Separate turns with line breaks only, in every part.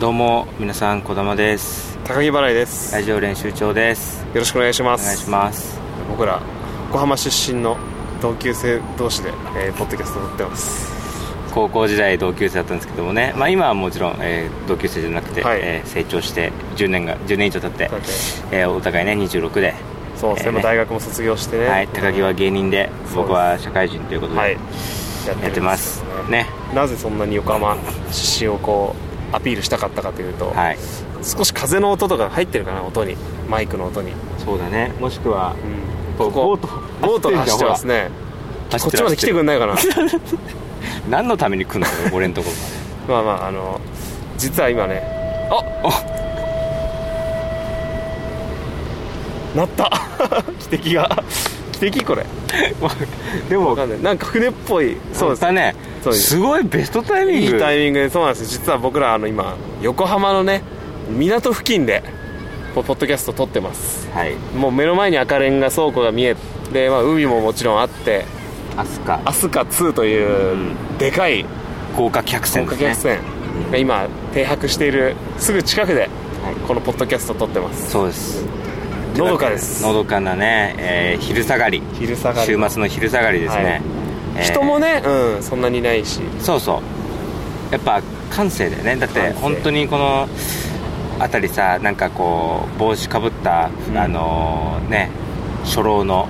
どうも皆さん児玉です
高木払いです
ラ
よ
ジオ練習長です
ろしくお願いしま
お願いし
す
ます
僕ら横浜出身の同級生同士で、えーポッドキャスト撮ってます
高校時代同級生だったんですけどもね、まあ、今はもちろん、えー同級生じゃなくて、
はい
えー成長して10年が10年以上経って、
経って
えーお互いね26で、
そうですね、
えーね
もう大学も卒業してね、
はい、高木は芸人で
です
僕は社会人ということで、
はい
やってます
やって
ね
なぜそんなに横浜出身をこうアピールしたかったかというと、
はい
少し風の音とか入ってるかな音にマイクの音に、
そうだねもしくは
う
こう
ん
ボート
ボートが走ってます
ね
ねこっちまで来てくんないかな
何のために来んのよ俺んとこ
まあまああの実は今ねあなった 汽笛が汽笛これ
まででも
わかんないなんか船っぽい そうです
だね
そうです
すごいベストタイミン
い
グ
いタイミングでそうなんです実は僕らあの今横浜のね港付近でポポッドキャスト撮ってます
はい
もう目の前に赤レンガ倉庫が見えて、まあ、海ももちろんあって
飛鳥
アスカ2というでかい
豪華客船
本
で
格
すね
客船が今停泊しているすぐ近くで
はい
このポッドキャスト撮ってます
そうです
のどかです
のどかなね、えー昼下がり
昼下がり
週末の昼下がりですね、
はい
えー
人もね、うん、そんなにないし
そうそうやっぱ感性だよねだって
感性
本当にこの辺りさなんかこう帽子かぶった、
うん
あのーね初老の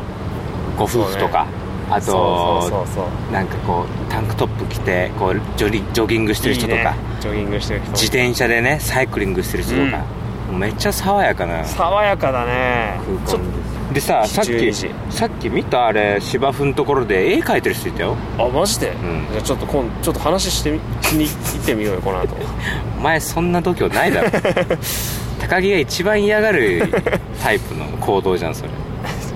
ご夫婦とか、あと
そうそうそうそう
なんかこうタンクトップ着てこうジョリジョギングしてる人とか
いいねジョギングしてる人
自転車でねサイクリングしてる人とか、もうめっちゃ爽やかな
爽やかだねち
空
ょっ
間でささっ
12
き
時
さっき見たあれ芝生のところで絵描いてる人いたよ
あマジで、
ん
じゃあちょっと今ちょっと話してみしに行ってみようよこの 後
お前そんな度胸ない だろ高木が一番嫌がるタイプの行動じゃんそれ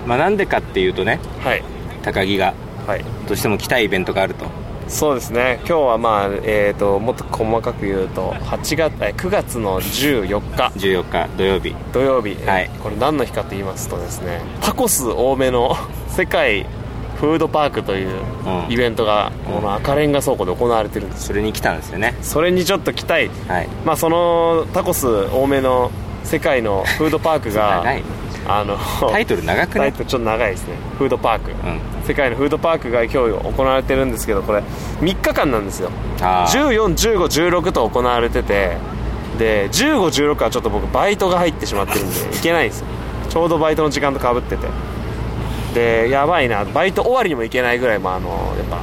まあなんでかっていうとね
はい
高木が
はい
どうしても来たいイベントがあると
そうですね今日はまあえっ、ともっと細かく言うと8月え9月の14日
14日土曜日
土曜日、えー
はい
これ何の日かと言いますとですねタコス多めの 世界フードパークという
うん
イベントがこの赤レンガ倉庫で行われてるんです
それに来たんですよね
それにちょっと期待
はい
まあそのタコス多めの世界のフードパーク が
長い
あの
タイトル長く
タ
な
イ
い
トルちょっと長いですねフードパーク、
ん
世界のフードパークが今日行われてるんですけどこれ3日間なんですよ
あー
141516と行われててで1516はちょっと僕バイトが入ってしまってるんで行けないんですよちょうどバイトの時間とかぶっててでやばいなバイト終わりにも行けないぐらい、まあ、あのやっぱ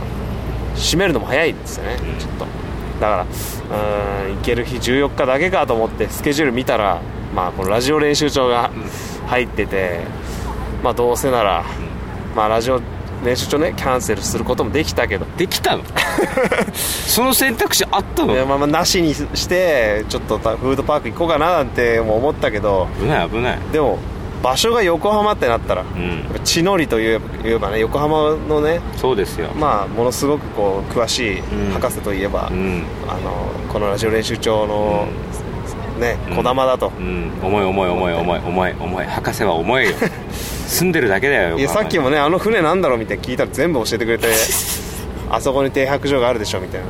閉めるのも早いんですよねちょっとだからうーん行ける日14日だけかと思ってスケジュール見たらまあこのラジオ練習帳が入っててまあどうせならまあラジオ練習帳ねキャンセルすることもできたけど
できた のその選択肢あったの
いやまあまあなしにしてちょっとたフードパーク行こうかななんても思ったけど
危ない危ない
でも場所が横浜ってなったら、
ん
地のりといえ言えばね横浜のね
そうですよ
まあものすごくこう詳しい
うん
博士といえば、
うん
あのこのラジオ練習帳の、ね
うん
児玉だと
う、ん重い重い重い重い重い重い博士は重 いよ住んでるだけだよ
いや
横浜
さ
に
っきもねあの船なんだろうみたいな聞いたら全部教えてくれて あそこに停泊場があるでしょみたい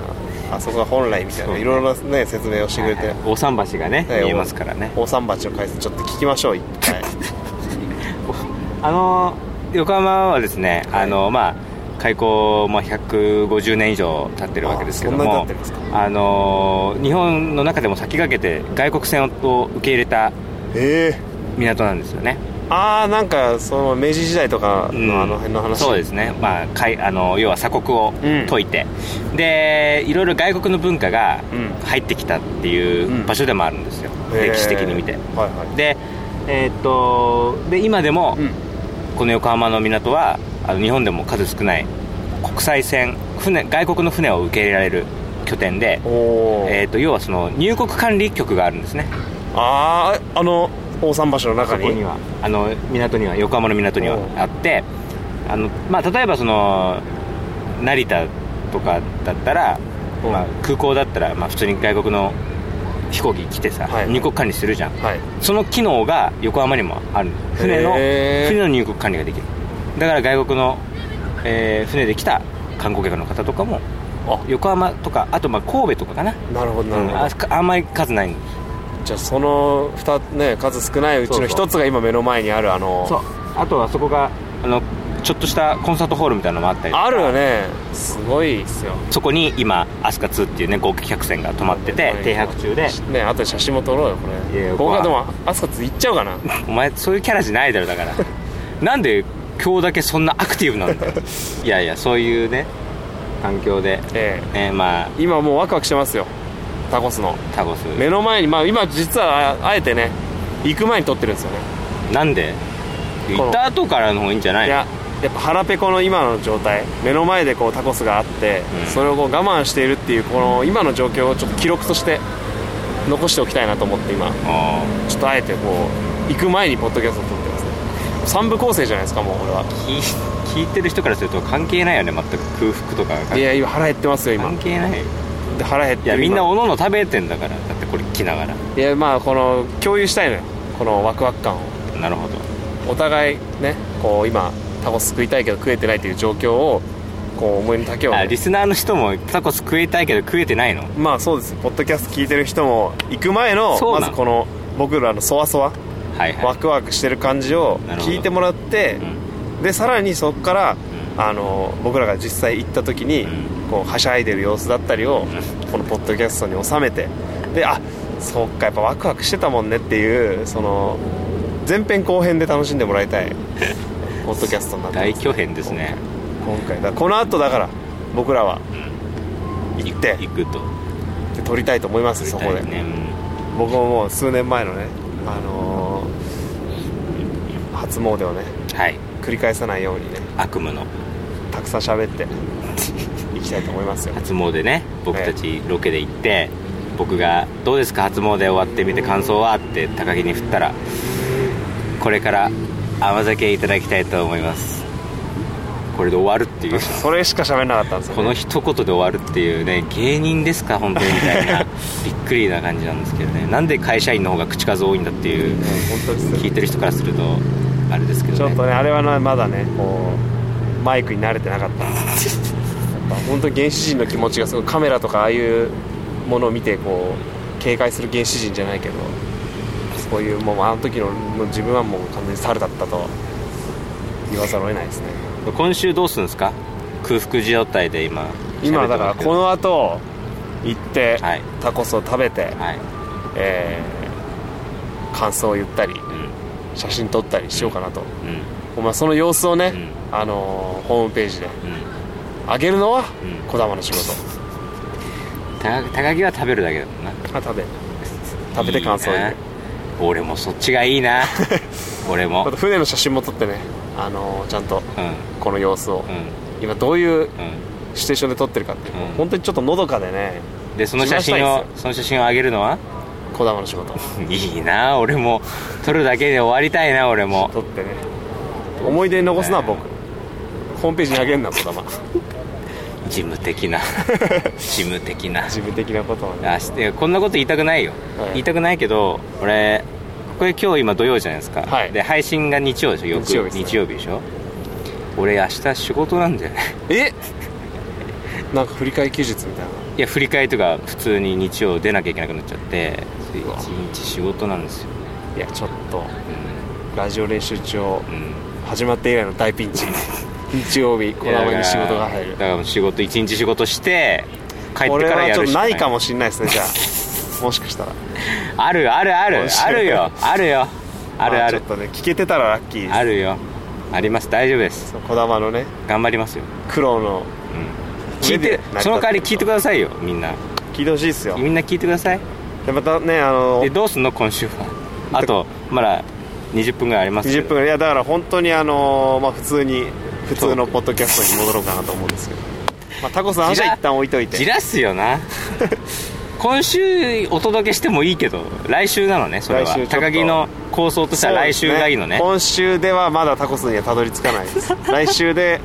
なあそこが本来みた
そ
い
う
な
ね
いろいろな、ね、説明をしてくれて、
はい大桟橋がね見
はい
えますからね
大桟橋の解説ちょっと聞き ましょう一回
あの横浜はですね、あのまあ開港も150年以上経ってるわけですけど
あそんな
も
に経ってるんです
あの日本の中でも先駆けて外国船を受け入れた
ええ
港なんですよね
ああなんかその明治時代とか
うん
のあの辺の話、
そうですね、まあ、かいあの要は鎖国を
うん
解いて、でいろいろ外国の文化が
うん
入ってきたっていう
うん
場所でもあるんですよ、
へー
歴史的に見て
はいはい
でえーっとで今でも、
うん
この横浜の港はあの日本でも数少ない国際線船外国の船を受け入れられる拠点で、
おお、
えー、と要はその入国管理局があるんですね
あああの大桟橋の中
そ
に
こにはあの港には横浜の港には
おう
あってあの、まあ、例えばその成田とかだったら、
おう
まあ、空港だったら、まあ、普通に外国の飛行機来てさ、
はい
入国管理するじゃん
はい
その機能が横浜にもある船の
へー
船の入国管理ができるだから外国の、えー船で来た観光客の方とかも
あ
横浜とかあとまあ神戸とかかな
なるほどなるほど、
うんああんまり数ない
じゃあその2ね数少ないうちの1つが今目の前にあるあの
そうあとはそこがあのちょっとしたコンサートホールみたいなのもあったりとか
あるよねすごいですよ
そこに今飛鳥2っていうね豪華客船が止まってて停泊中で
ねあとで写真も撮ろうよこ
いやい
れ
や
僕はでもあそこ行っちゃお うかな
お前そういうキャラじゃないだろだから なんで今日だけそんなアクティブなん だよいやいやそういうね環境で
え
ねまあ
え今もうワクワクしてますよタコスの
タコス
目の前にまあ今実はああえてね行く前に撮ってるんですよね
なんで
この
行った後からの方がいいんじゃない
いややっぱ腹ペコの今の状態目の前でこうタコスがあって、
うん
それをこう我慢しているっていうこの今の状況をちょっと記録として残しておきたいなと思って今
あ
ちょっとあえてこう行く前にポッドキャストを撮ってますね3部構成じゃないですかもうこれは
ー聞い聞いてる人からすると関係ないよね全く空腹とか
いや今腹減ってますよ今
関係ないよ
で腹減って
いや
る
みんな
今
おのおの食べてんだからだってこれ着ながら
いやまあこの共有したいのよこのワクワク感を
なるほど
お互いねこう今タコス食いたいけど食えてないという状況をこう思いの丈をね、
あリスナーの人もタコス食いたいけど食えてないの
まあそうですポッドキャスト聞いてる人も行く前の
そうな
ま
の
ずこの僕らのそわそわ
はいは
ワ
い
クワクしてる感じを
なるほど
聞いてもらって
うん
でさらにそこから
う
あの僕らが実際行った時に
う
こうはしゃいでる様子だったりをこのポッドキャストに収めてであそっかやっぱワクワクしてたもんねっていうその前編後編で楽しんでもらい たいポッドキャストになってます
大巨編ですね
今回だからこの後だから僕らは行って
行くと
で撮りたいと思いますそ
食い
こ
た
で
いねうん
僕ももう数年前のね、あのー初詣をね
はい
繰り返さないようにね
悪夢の
たくさん喋っていきたいと思 いますよ
初詣ね僕たちロケで行って僕が「どうですか初詣終わってみて感想は?」って高木に振ったら「これから甘酒いただきたいと思います」これで終わるって いう
それしか喋れなかったんですよ、ね、
この一言で終わるっていうね芸人ですか本当にみたい なびっくりな感じなんですけどねなんで会社員の方が口数多いんだっていう
ね本当
聞い
に
てる人からするとあれですけ
ち
ど
ょっと
ね
ねあれはなまだねこうマイクに慣れてな かったやっぱ本当に原始人の気持ちがすごいカメラとかああいうものを見てこう警戒する原始人じゃないけどそういうもうあの時のもう自分はもう完全に猿だったと言わざるを得ないですね
今週どうするんですか空腹状態で今
今だから
の
この後行って、
はい
タコスを食べて、
はい、
えー感想を言ったり
う
写真撮ったりしようかなと、
んうん
お前その様子をね、
う
あのーホームページで
うん
上げるのは
うん
児玉の仕事
高高木は食べるだけだもんな
あ食べ食べて感想を
いいな
言う
俺もそっちがいい な俺も
また船の写真も撮ってね、あのーちゃんと
うんうん
この様子を、今どういう
う
シチュエーションで撮ってるかっていう、
うん
本当にちょっとのどかでね
んでその写真を
自慢したいで
その写真をあげるのは
児玉の仕事
いいな俺も撮るだけで終わりたいな俺も
撮ってね思い出に残すのは僕、
ね
ホームページに上げるな児玉
事務的 な事務的な
自分的なことをね
あしてこんなこと言いたくないよ、
はい
言いたくないけど俺これ今日今土曜じゃないですか、
はい
で配信が日曜でしょよく
日曜日ですね
日曜日でしょ俺明日仕事なんだよね
えなんか振り返り休日みたい
いや振り替えとか普通に日曜出なきゃいけなくなっちゃって一
うわ
日仕事なんですよ、
ないやちょっとラジオ練習中
うんうん
始まって以来の大ピンチ日曜日このまに仕事が
い
入
やだ
る
からだから仕事一日仕事して帰って
こ
か
れ
ら
は
や
ちょっ
る
と
しか
ないかもしんないですねじゃあもしかしたら
あるあるある
今週
あるよあるよある
ま
あ
ちょ
る
っとね聞けてたらラッキーです
あるよあります大丈夫です
児玉のね
頑張りますよ、
苦労の
うん、聞
上
い
で
てその代わり聞いてくださいよみんな
聞いてほしいですよ
みんな聞いてください
でまたねあの
でどうすんの今週はあとまだ20分ぐらいありますけ
20
ど
分いやだから本当にあのまあ普通に普通のポッドキャストに戻ろうかなと思うんですけど、まあ、タコスの話は一旦置いといて
じらすよ な今週お届けしてもいいけど来週なのねそれ
来週
は
ちょっと
高木の構想としては来週がいいのね
そうです今週ではまだタコスにはたどり着かないです 来週で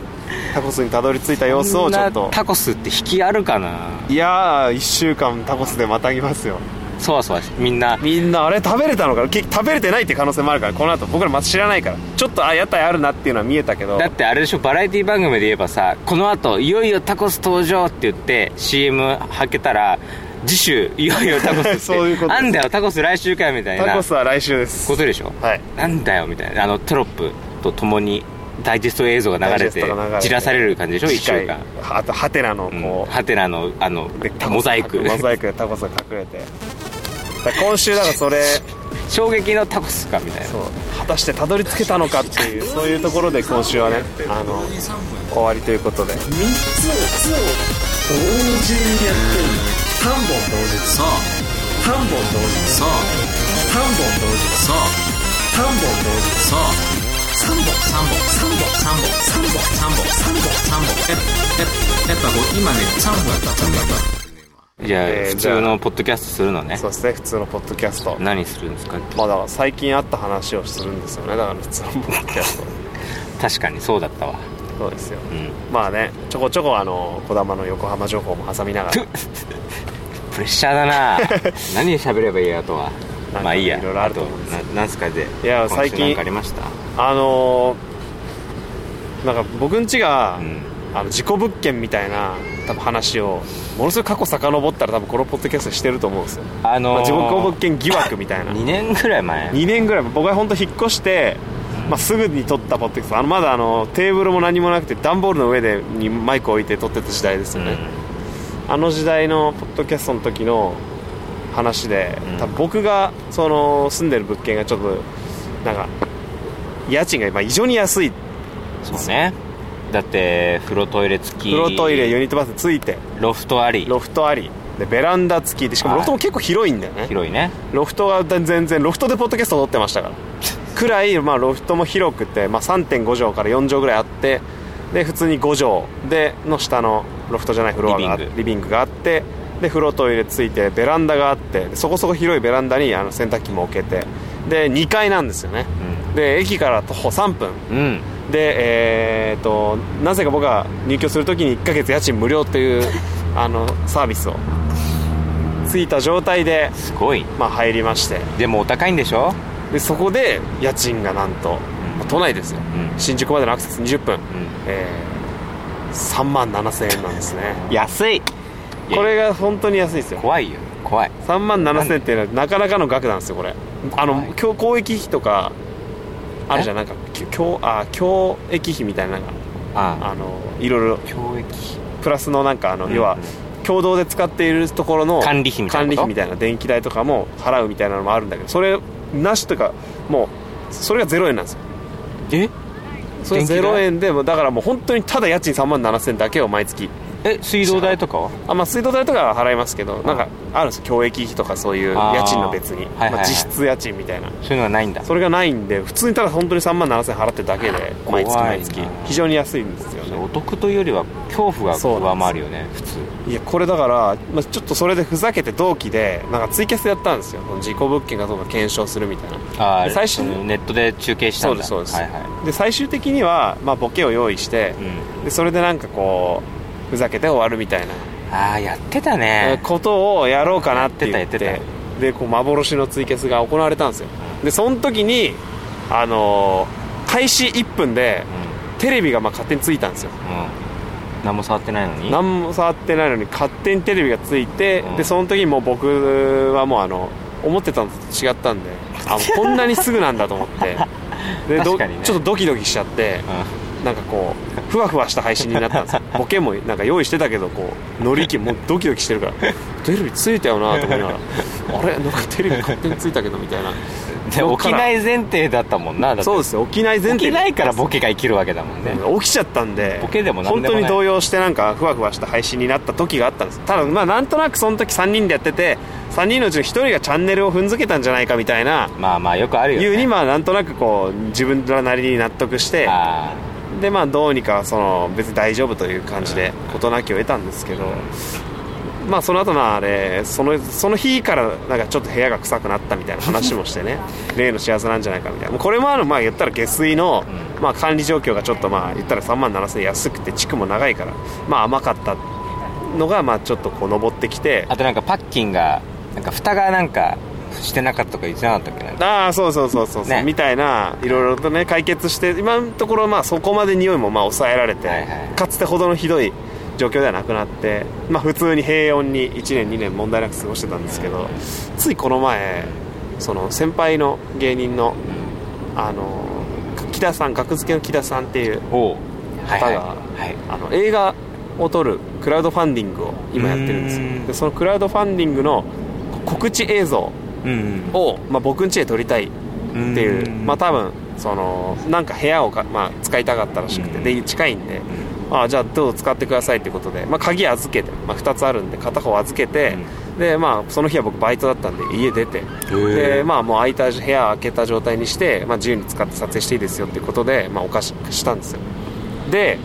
タコスにたどり着いた様子
そ
を
ん
ちょっ
な
と
タコスって引きあるかない
やー1週間タコスでまたぎますよ
そわそわしみんな
みんなあれ食べれたのかな結食べれてないって可能性もあるからこの後僕らまた知らないからちょっとあ屋台あるなっていうのは見えたけど
だってあれでしょバラエティ番組で言えばさこの後いよいよタコス登場って言って CM はけたら次週いよいよタコスって
そういうことです
なんだよタコス来週かよみたい
タ
な
コ
こ
スは来週です
とでしょ
はい
なんだよみたいなあのテロップとともにダイジェスト映像が流れ
ダイジ
て
ェストが流れて
散らされる感じでしょ1
次
週
回
間
あとハテナのこう、
ハテナのあの
でタコス
モザイク
モザイクでタコスが隠れてだから今週だからそれ
衝撃のタコスかみたいな
そう果たしてたどり着けたのかっていうそういうところで今週はねあの終わりということで
3つを同時にやってる3本同時そう3本同時そう3本同時そう3本同時そう3本3本3本3本3本3本3本やっぱこう今ね3本やった3本やった
じゃあ、
えー
普通のポッドキャストするのね
そうですね普通のポッドキャスト
何するんですか
まあだから最近あった話をするんですよねだから普通のポッドキャスト
確かにそうだったわ
そうですよ
うん
まあねちょこちょこあの児玉の横浜情報も挟みながら
プレッシャーだ な何喋ればいいやとは
なんか
まあいいや
いろいろあると
と
思うんです
ななんすかで
いや
今週
最近
なんかありました
あのーなんか僕ん家が、
うん
あの事故物件みたいな多分話をものすごい過去遡ったら多分このポッドキャストしてると思うんですよ、
あの
まあ、事故物
ー
件疑惑みたいな
2年ぐらい前
2年ぐらい僕は本当引っ越して、まあ、すぐに撮ったポッドキャストあのまだあのテーブルも何もなくて段ボールの上でにマイクを置いて撮ってた時代ですよね、あの時代のポッドキャストの時の話で、
うん
多分僕がその住んでる物件がちょっとなんか家賃が今異常に安い
うんそうねだって風呂トイレ付き
風呂トイレユニットバスついて
ロフトあり
ロフトありでベランダ付きでしか
は
も
い
ロフトも結構広いんだよね、
広いね
ロフトは全然ロフトでポッドキャスト撮ってましたからくらい、まあ、ロフトも広くて、まあ、3.5畳から4畳ぐらいあってで普通に5畳での下のロフトじゃないフロアがあ
リビング
リビングがあってで風呂トイレついてベランダがあってでそこそこ広いベランダにあの洗濯機も置けてで2階なんですよね、で駅から徒歩3分
うん
でえーっとなぜか僕が入居するときに1ヶ月家賃無料 というあのサービスをついた状態で、
すごい
まあ、入りまして
でもお高いんでしょ
でそこで家賃がなんと、まあ都内ですよ、
うん
新宿までのアクセス20分、
う
えー、3万7000円なんですね
安い
これが本当に安いですよ
怖いよ怖い
3万7000円っていうのはなかなかの額なんですよこれあのきょ交易費とかあるじゃんなんかきょきょあ教益費みたいなのが
あ
あのいろいろ
あ教育
プラスのなんかあの、
うん
要は共同で使っているところの
管理費みたいなこと
管理費みたいな電気代とかも払うみたいなのもあるんだけどそれなしというかもうそれが0円なんですよ
え
それ
電気代
0円でもうだからもう本当にただ家賃3万7000円だけを毎月
え水道代とかは
あまあ水道代とかは払いますけどなんかあるんですよ教育費とかそういう
あー
家賃の別に
はいはいはい
まあ、実質家賃みたいな
そういうのはないんだ
それがないんで普通にただ本当に3万7000円払ってるだけで
怖い
毎月
な
毎月非常に安いんですよね
お得というよりは恐怖が
そうな
上
んです
回るよね普通
いやこれだから、まあ、ちょっとそれでふざけて同期でなんかツイキャスやったんですよ事故物件かどうか検証するみたいな
ああ
で最初に
そのネットで中継したんだ
そうですそう
はい
です
は
で最終的には、まあ、ボケを用意して
い、うん、
でそれでなんかこうふざけて終わるみたいな
ああやってた
え
ね
ーことをやろうかなって言
や
っ
って
て
たやって
でこう幻のツイキャスが行われたんですよでその時にあのー開始1分で
う
テレビがまあ勝手についたんですよ
ん、うん、何も触ってないのに
何も触ってないのに勝手にテレビがついて、
うん
でその時にもう僕はもうあの思ってたのと違ったんであもうこんなにすぐなんだと思って でど
確かにね
ちょっとドキドキしちゃってなんかこうふわふわした配信になったんです よボケもなんか用意してたけどこう乗り気もうドキドキしてるからテレビついたよなと思いながらあれなんかテレビ勝手についたけどみたいな
うん、
ど
で起
っか
き
ら
ない前提だったもんなだって
そうですよ起きない前
起き
提
ないからボケが生きるわけだもんね、
起きちゃったんで
ボケでもなんでもない
本当に動揺してなんかふわふわした配信になった時があったんですただまあなんとなくその時3人でやってて3人のうちの1人がチャンネルを踏んづけたんじゃないかみたいな
まあまあよくあるよ、ね、
いうにまあなんとなくこう自分らなりに納得して
あ
でまあどうにかその別に大丈夫という感じで事なきを得たんですけどまあその後のあれそのその日からなんかちょっと部屋が臭くなったみたいな話もしてね例の幸せなんじゃないかみたいなもうこれもあのまあ言ったら下水の、まあ、管理状況がちょっとまあ言ったら3万7000円安くて地区も長いからまあ甘かったのがまあちょっとこう上ってきて
ああとなんかパッキンがなんか蓋がなんかしてなかったとか言ってなかったっけなんか
ああそうそうそうそうそう、
ね
みたいないろいろとね解決して今のところまあそこまで匂いもまあ抑えられて、
はいはい
かつてほどのひどい状況ではなくなって、まあ、普通に平穏に1年2年問題なく過ごしてたんですけどついこの前その先輩の芸人のあの木田さん格付けの木田さんっていう
おうはいはい
方が
はい
あの映画を撮るクラウドファンディングを今やってるんです
うーん
よでそのクラウドファンディングの告知映像
うん
を、まあ、僕ん家で撮りたい
うん
っていう、
ん
まあ多分そのなんか部屋をか、まあ、使いたかったらしくて、
うん
で近いんで、ああじゃあどうぞ使ってくださいってことで、まあ、鍵預けて、まあ、2つあるんで片方預けて、でまあその日は僕バイトだったんで家出て
へ
で
え
まあもう空いた部屋開けた状態にして、まあ、自由に使って撮影していいですよってことで、まあ、お貸ししたんですよで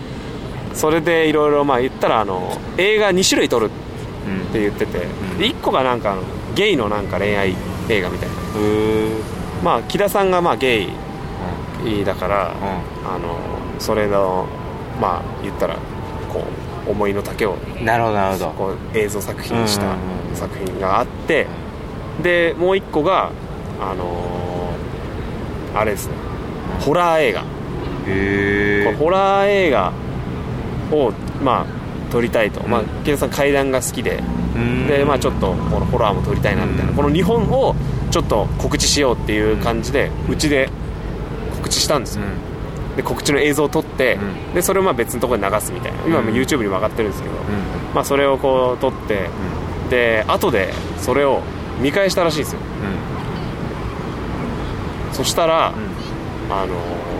それでいろいろまあ言ったらあの映画2種類撮るって言ってて、
ん
で1個がなんかあのゲイのなんか恋愛映画みたいな
うんうん
まあ木田さんがまあゲイだから、あのそれのまあ言ったらこう思いの丈を
うんなるほどなるほど
こう映像作品にした
うんうんうん
作品があってでもう一個があのーあれですねホラー映画、
へ
これ
え
ホラー映画をまあ撮りたいと、まあ木田さん階段が好きででまあちょっとこのホラーも撮りたいなみたいな、
うん
この日本をちょっと告知しようっていう感じでうちで告知したんですよ、で告知の映像を撮って、
う
でそれをまあ別のところに流すみたいな今も
うん
YouTube にも上がってるんですけど、まあ、それをこう撮って、で後でそれを見返したらしいんですよそしたら、あのー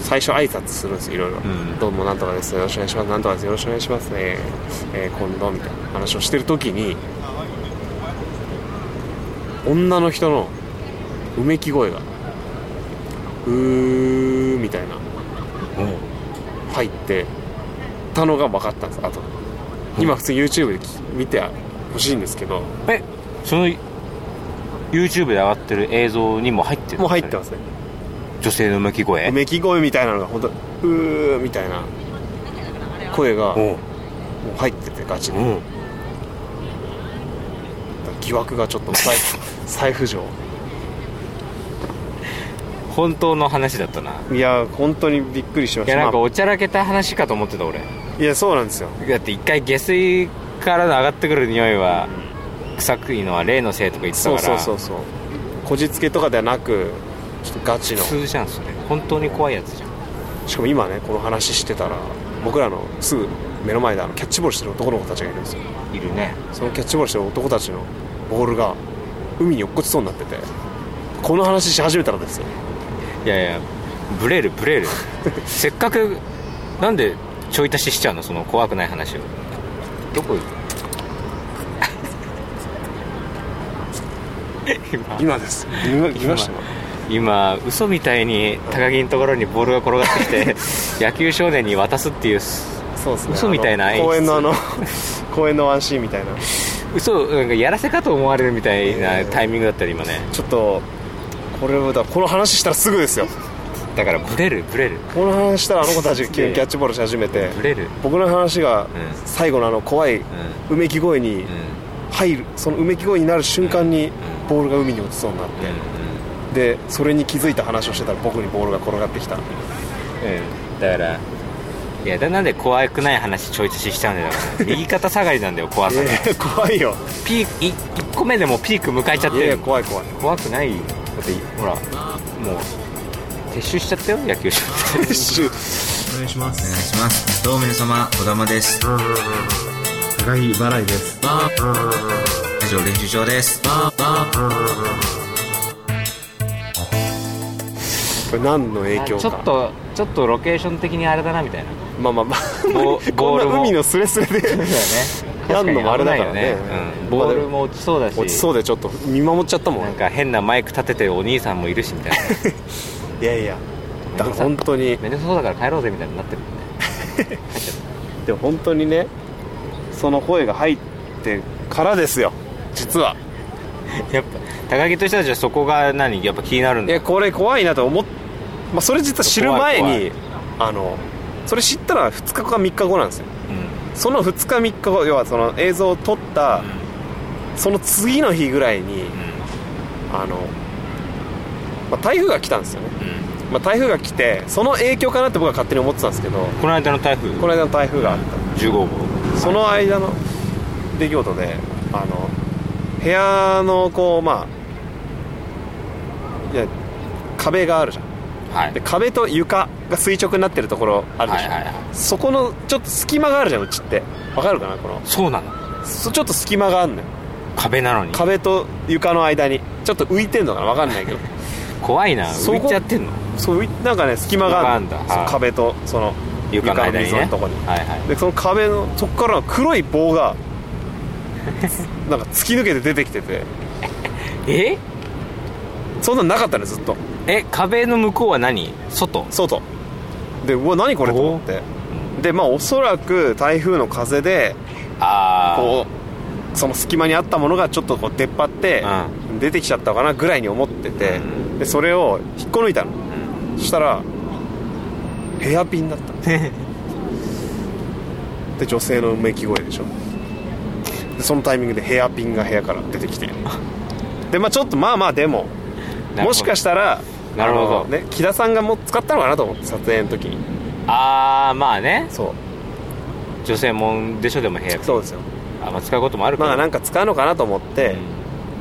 最初挨拶するんですよいろいろ、
ん
どうもなんとかですよろしくお願いしますなんとかですよろしくお願いしますね、えー今度みたいな話をしてる時に女の人のうめき声がうーみたいな入ってたのが分かったんですあと今普通に YouTube で聞見てほしいんですけど
えその YouTube で上がってる映像にも入ってる
もう入ってますすね
女性の向き声
うめき声みたいなのが本当うーみたいな声がも
おう
う入っててガチで
おう
疑惑がちょっと再再浮上
本当の話だったない
や本当にびっくりしま
い
した
やなんか
ま
おちゃらけた話かと思ってた俺
あいやそうなんですよ
だって一回下水からの上がってくる匂いは臭くいのは霊のせいとか言ってた
そ
か
う
ら
そうそうそうこじつけとかではなくちょっとガチの
普通じゃんそれ本当に怖いやつじゃん
しかも今ねこの話してたら僕らのすぐ目の前であのキャッチボールしてる男の子たちがいるんですよ
いるね
そのキャッチボールしてる男たちのボールが海に落っこちそうになっててこの話し始めたらですよ
いやいやブレるブ レるせっかくなんでちょい足ししちゃうのその怖くない話をどこ行く今
今です 今来ましたよ
今嘘みたいに高木のところにボールが転がって きて野球少年に渡すっていう
そうですね
嘘みたいな
あ
演
の
出
公園のあの 公園のワンシーンみたいな
嘘なんかやらせかと思われるみたいなタイミングだったり今ね
ちょっとこれをだこの話したらすぐですよ
だからブレるブレる
この話したらあの子たちが急にキャッチボールし始めて
ブレる
僕の話が
ん
最後のあの怖い
ん
うめき声に
うんうん
入るそのうめき声になる瞬間にボールが海に落ちそうになっ
うん
てでそれに気づいた話をしてたら僕にボールが転がってきた
うんだからいやだなんで怖くない話ちょい足ししちゃうんだよだから右肩下がりなんだよ怖さが
えー怖いよ
ピークい1個目でもうピーク迎えちゃっ
い
て
やい
る
や怖い怖い
怖くないだってほらもう撤収しちゃったよ野球少年
お願いしま
お
す
願いしますどうも皆様小玉です
高木払いです
以上練習場 です
これ何の影響か
ちょっとちょっとロケーション的にあれだなみたいな
まあまあま
ボ
あ
ー
こ
ボール
んな
も
海のスレスレでやんのもあれだからね
確に危ないようん、ボールも落ちそうだし
落ちそうでちょっと見守っちゃったもん
なんか変なマイク立ててるお兄さんもいるしみ たい
いやいやだから本当に
なめんどくさそうだから帰ろうぜみたいになってるもんね
でも本当にねその声が入ってからですよ実は
やっぱ高木としてはじゃあそこが何やっぱ気になるん
い
だ
やこれ怖いなと思っ、まあ、それ実は知る前
怖い
にあのそれ知ったら2日か3日後なんですよ
うん
その2日3日後要はその映像を撮ったその次の日ぐらいにあの、まあ、台風が来たんですよね
うん
まあ、台風が来てその影響かなって僕は勝手に思ってたんですけど
この間の台風
この間の台風があっ
15号
たその間の出来事であの部屋のこうまあいや壁があるじゃん
はい
で壁と床が垂直になってるところあるでしょ、
はいはいはい
そこのちょっと隙間があるじゃんうちってわかるかなこの
そうなの
そちょっと隙間があるのよ
壁なのに
壁と床の間にちょっと浮いてんのかなわかんないけ ど
怖いな
そこ
浮いちゃってんの
そう浮いなんかね隙間がある
隙間があんだ
そう
はい
壁とその
床の間に
溝
ね
のとこに
はいは
でその壁のそこからの黒い棒がなんか突き抜けて出てきてて
いえ
そんなんなかったねずっと
え壁の向こうは何外
外でうわ何これと思ってでまあおそらく台風の風で
ああ
こうその隙間にあったものがちょっとこう出っ張って出てきちゃったかなぐらいに思っててでそれを引っこ抜いたのそしたらヘアピンだった で女性のうめき声でしょでそのタイミングでヘアピンが部屋から出てきてでまあちょっとまあまあでももしか
し
したら
なるほど
あのね木田さんがもう使ったのかなと思って撮影の時に
ああまあね
そ
女性もんでしょでも部屋
うそうですよ
あ、まあ、使うこともあるか
まあ
ら、
なんか使うのかなと思って
うん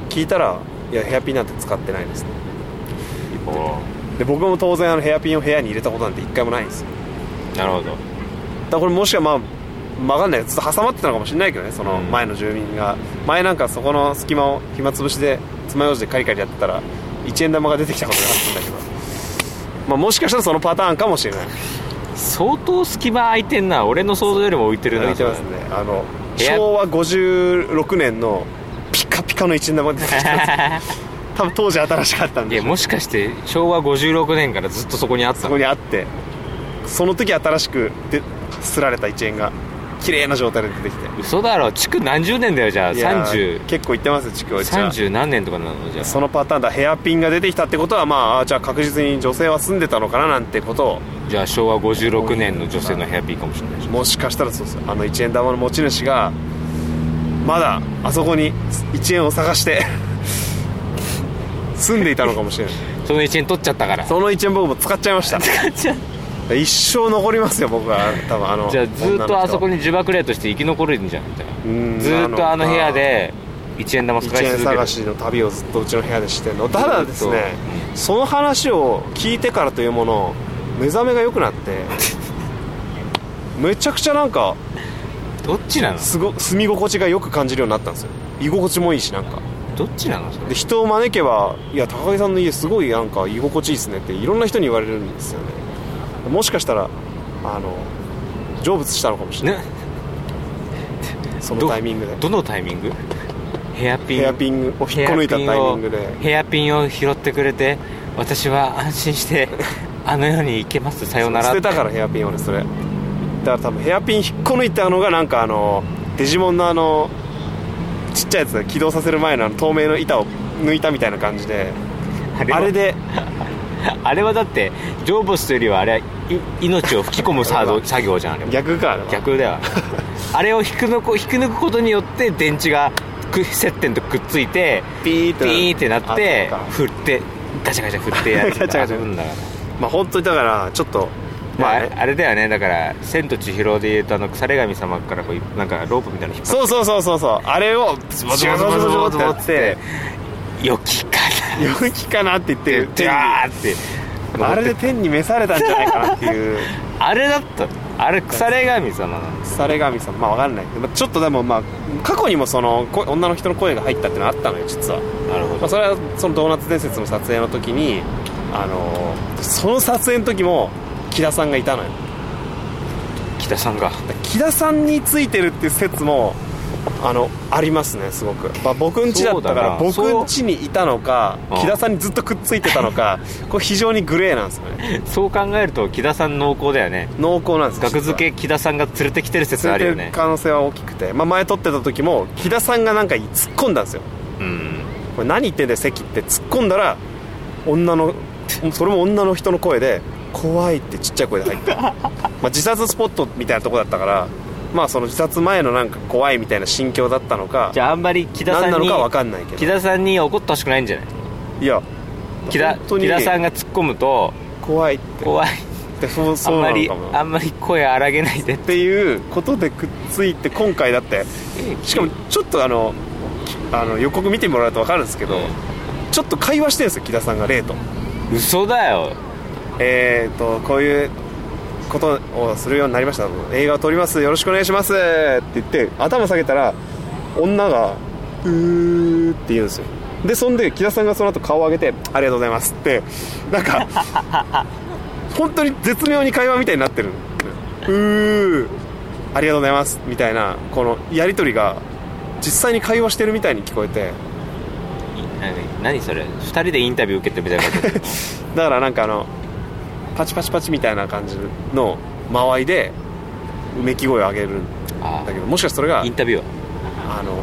聞いたら「いやヘアピンなんて使ってないです」
お
で僕も当然あのヘアピンを部屋に入れたことなんて一回もないんですよ
ーなるほど
だからこれもしかまあ分かんないずっと挟まってたのかもしれないけどねその前の住民が、前なんかそこの隙間を暇つぶしで爪楊枝でカリカリやってたら一円玉が出てきたことがあったんだけどまあもしかしたらそのパターンかもしれない
相当隙間空いてんな俺の想像よりも浮いてるな
浮いてますねあの
部屋
昭和56年のピカピカの一円玉が出てきたんですよ多分当時新しかったん
い
で
やもしかして昭和56年からずっとそこにあった
そ
の
こにあってその時新しくですられた一円が綺麗な状態で出てきて
嘘だろ築何十年だよじゃあ
いやー
30
結構行ってますよ地区はじゃあ
30何年とかなのじゃあ
そのパターンだヘアピンが出てきたってことはまああーじゃあ確実に女性は住んでたのかななんてことを
じゃあ昭和56年の女性のヘアピンかもしれないし
もしかしたらそうですあの一円玉の持ち主がまだあそこに一円を探して 住んでいたのかもしれない
その1円取っちゃったから
その一円僕も使っちゃいました一生残りますよ僕は多分あの
じゃあずっとあそこ
に
に呪縛霊として生き残るんじゃんみたいなずーっとあの部屋で1円玉
一
探し
円
続ける
探しの旅をずっとうちの部屋でしてんのただですねその話を聞いてからというもの目覚めが良くなって めちゃくちゃなんか
どっちなの
すご住み心地がよく感じるようになったんですよ居心地もいいしなんか
どっちなのそれ
で人を招けば「いや高木さんの家すごいなんか居心地いいですね」っていろんな人に言われるんですよねもしかしたらあの成仏したのかもしれない、
ね
その
ど
タイミングで
どのタイミングヘアピン
ヘアピンを引っこ抜いたタイミングで
ヘアピンを拾ってくれて私は安心して あの世に行けますさよなら
捨てたからヘアピン俺それだから多分ヘアピン引っこ抜いたのがなんかあのデジモンのあのちっちゃいやつが起動させる前のあの透明の板を抜いたみたいな感じで
あ
あれで
はあれはだって成仏というよりはあれはい命を吹き込む作業作業じゃんあれは
逆か
逆 だよあれを引くのこ引き抜くことによって電池がく接点とくっついて
ピーって
ピーってなって
あそっか
振ってガチャガチャ振ってやる
ガチャガチャ
んだから
まあ本当にだからちょっと
ま
ま
あ
あ、
あれあれだよねだから「千と千尋」でいうとあの腐れ神様からこうなんかロープみたいなの引っ張って
そうそうそうそうそうあれをズボ
バ
ズ
ズ
ボ
バ
ズ
ズ
ボ
バ
ズ
ズバ
ボっ
ズ
てや
バ
っ
っててよきかなっ
陽気かなって言って
て
る
ジ
天に
ャーって
あれで天に召されたんじゃないかなっていう
あれだったあれ腐れ神様なんです
され神さんまあわかんないまあちょっとでもまあ過去にもそのこ女の人の声が入ったってのはあったのよ実は、
なるほ
まあ、それはその「ドーナツ伝説」の撮影の時にあのーその撮影の時も木田さんがいたのよ
北さんが
だから木田さんについてるっていう説もあのありますねすごく、まあ、僕ん家だっ
そ
たか
うだ
ら
な
僕ん家にいたのか
そう
木田さんにずっとくっついてたのかこれ非常にグレーなんですよね
そう考えると木田さん濃厚だよね
濃厚なんです
額付け木田さんが連れてきてる説
実は
あるよ
連れて
ね
る可能性は大きくて、まあ、前撮ってた時も木田さんがなんか突っ込んだんですよ
うん
これ何言ってんだよ関って突っ込んだら女のそれも女の人の声で「怖い」ってちっちゃい声で入ったまあ自殺スポットみたいなとこだったからまあその自殺前のなんか怖いみたいな心境だったのか
じゃああんまり木田さ
何なんの
に
か分かんないけ
木
ど
田さんに怒ってほしくないんじゃない
いや
木田
本当に
木田さんが突っ込むと
怖いって
怖い
でそう
あ
そ
ん
う
ま
なの
り
かも
あんまり声荒げないでっ
ってていうことでくっついて今回だってしかもちょっとあのきあの予告見てもらうと分かるんですけど、ちょっと会話してるんですよ木田さんが例と
嘘だよ
えー、とこういうことをするようになりました映画を撮りますよろしくお願いしますって言って頭下げたら女が「うー」って言うんですよでそんで木田さんがその後顔を上げて「ありがとうございます」ってなんか本当に絶妙に会話みたいになってる「うー」「ありがとうございます」みたいなこのやり取りが実際に会話してるみたいに聞こえて
いなんか何それ2人でインタビュー受けてみたいな こと
だからなんかあのパチパチパチみたいな感じの間合いでうめき声を上げるん
あ
だけどもしかしてそれが
あインタビューは
あの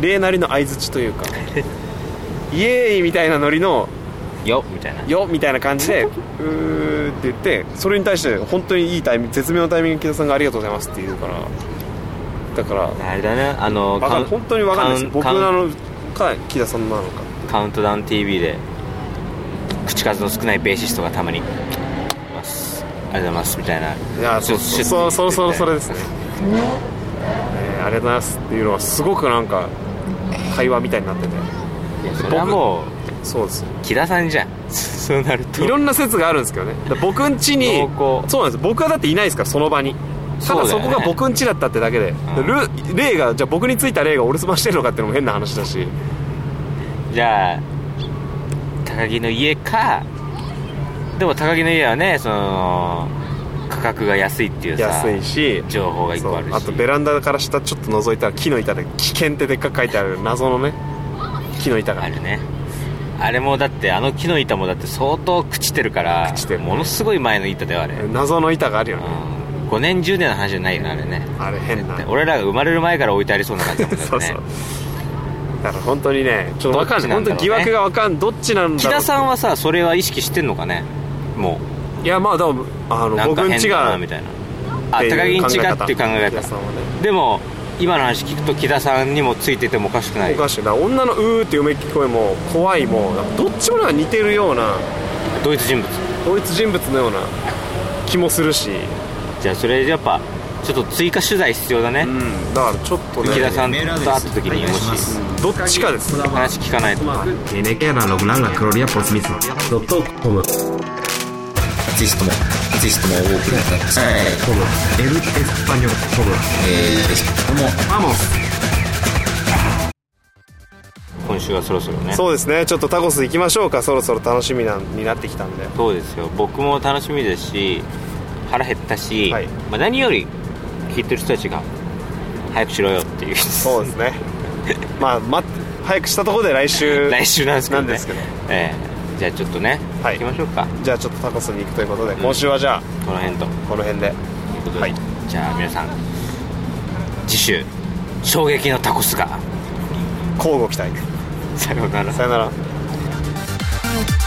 例なりの相づちというか イエーイみたいなノリの
よみたいな
「よ」みたいな感じで「う ー」って言ってそれに対して本当にいいタイミング絶妙なタイミングで木田さんが「ありがとうございます」って言うからだから
あれだねあの
わかん本当に分かんないです僕
カウン
なのか木田さんなのか
カウントダウン TV で口数の少ないベーシストがたまにますありがとうございますみたいない
や
ちょ
そう
っとシュッて
そうそうそ
言っ
う
て
それですね、えーありがとうございますっていうのはすごくなんか会話みたいになってて
いやそれはも
そうです
う木田さんじゃん そうなると
いろんな説があるんですけどねだ僕ん家に
濃厚
そうなんです僕はだっていないですからその場にただ
そ
そ
だ
う
よ
こ
ね
が僕ん家だったってだけで、ル霊がじゃあ僕についた霊が俺すましてるのかっていうのも変な話だし
じゃあ高木の家かでも高木の家はねその価格が安いっていうさ
安いし
情報が一個あるし
そうあとベランダから下ちょっと覗いたら木の板で「危険」ってでっかく書いてある謎のね木の板が
あるねあれもだってあの木の板もだって相当朽ちてるから
朽ちてる
ものすごい前の板だよあれ、うん、
謎の板があるよね
5年10年の話じゃないよねあれね
あれ変な
俺らが生まれる前から置いてありそうな感じだもんね
そうそうだから本当にねちょっと分かんな
どっちなんだろう
い、本当
ね
に疑惑が分かんどっちなんだろう
木田さんはさそれは意識してんのかねも
いやまあでもあ
う
の
なん
僕
か
ん
変
ち
だな
が
みたいな
っ
あ
ていう
高木んちが
考え方
っていう考え
木田さ
方
んはね
でも今の話聞くと木田さんにもついててもおかしくない
おかしいな女の「うー」ってうめき声も怖いもなんかどっちもなんか似てるような
同一人物
同一人物のような気もするし、
じゃあそれやっぱちょっと追加取材必要だね、
うん、だからちょっと
池田
ね
さんと
メールア
会っ
ドレ
た
ス
時に
お願いし
も
ま
し
す
どっちかです
話聞かないと
NK アナログランガクロリアポスミスドットコムアーティストもアーティストも多くなったコムエルエスパニョコムえーエスパニョコム
今週はそろそろね
そうですねちょっとタコス行きましょうかそろそろ楽しみなになってきたんで
そうですよ僕も楽しみですし腹減ったし、
はい
まあ、何より聞いてる人たちが早くしろよっていう
そうですねまあ待って早くしたところで来週
来週なんですけどね
なんですけど
ええじゃあちょっとね、
はい
行きましょうか
じゃあちょっとタコスに行くということで今週はじゃあ
この辺と
この辺で
いうことで、
はい
じゃあ皆さん次週衝撃のタコスが
交互期待
さようなら
さよなら
Thank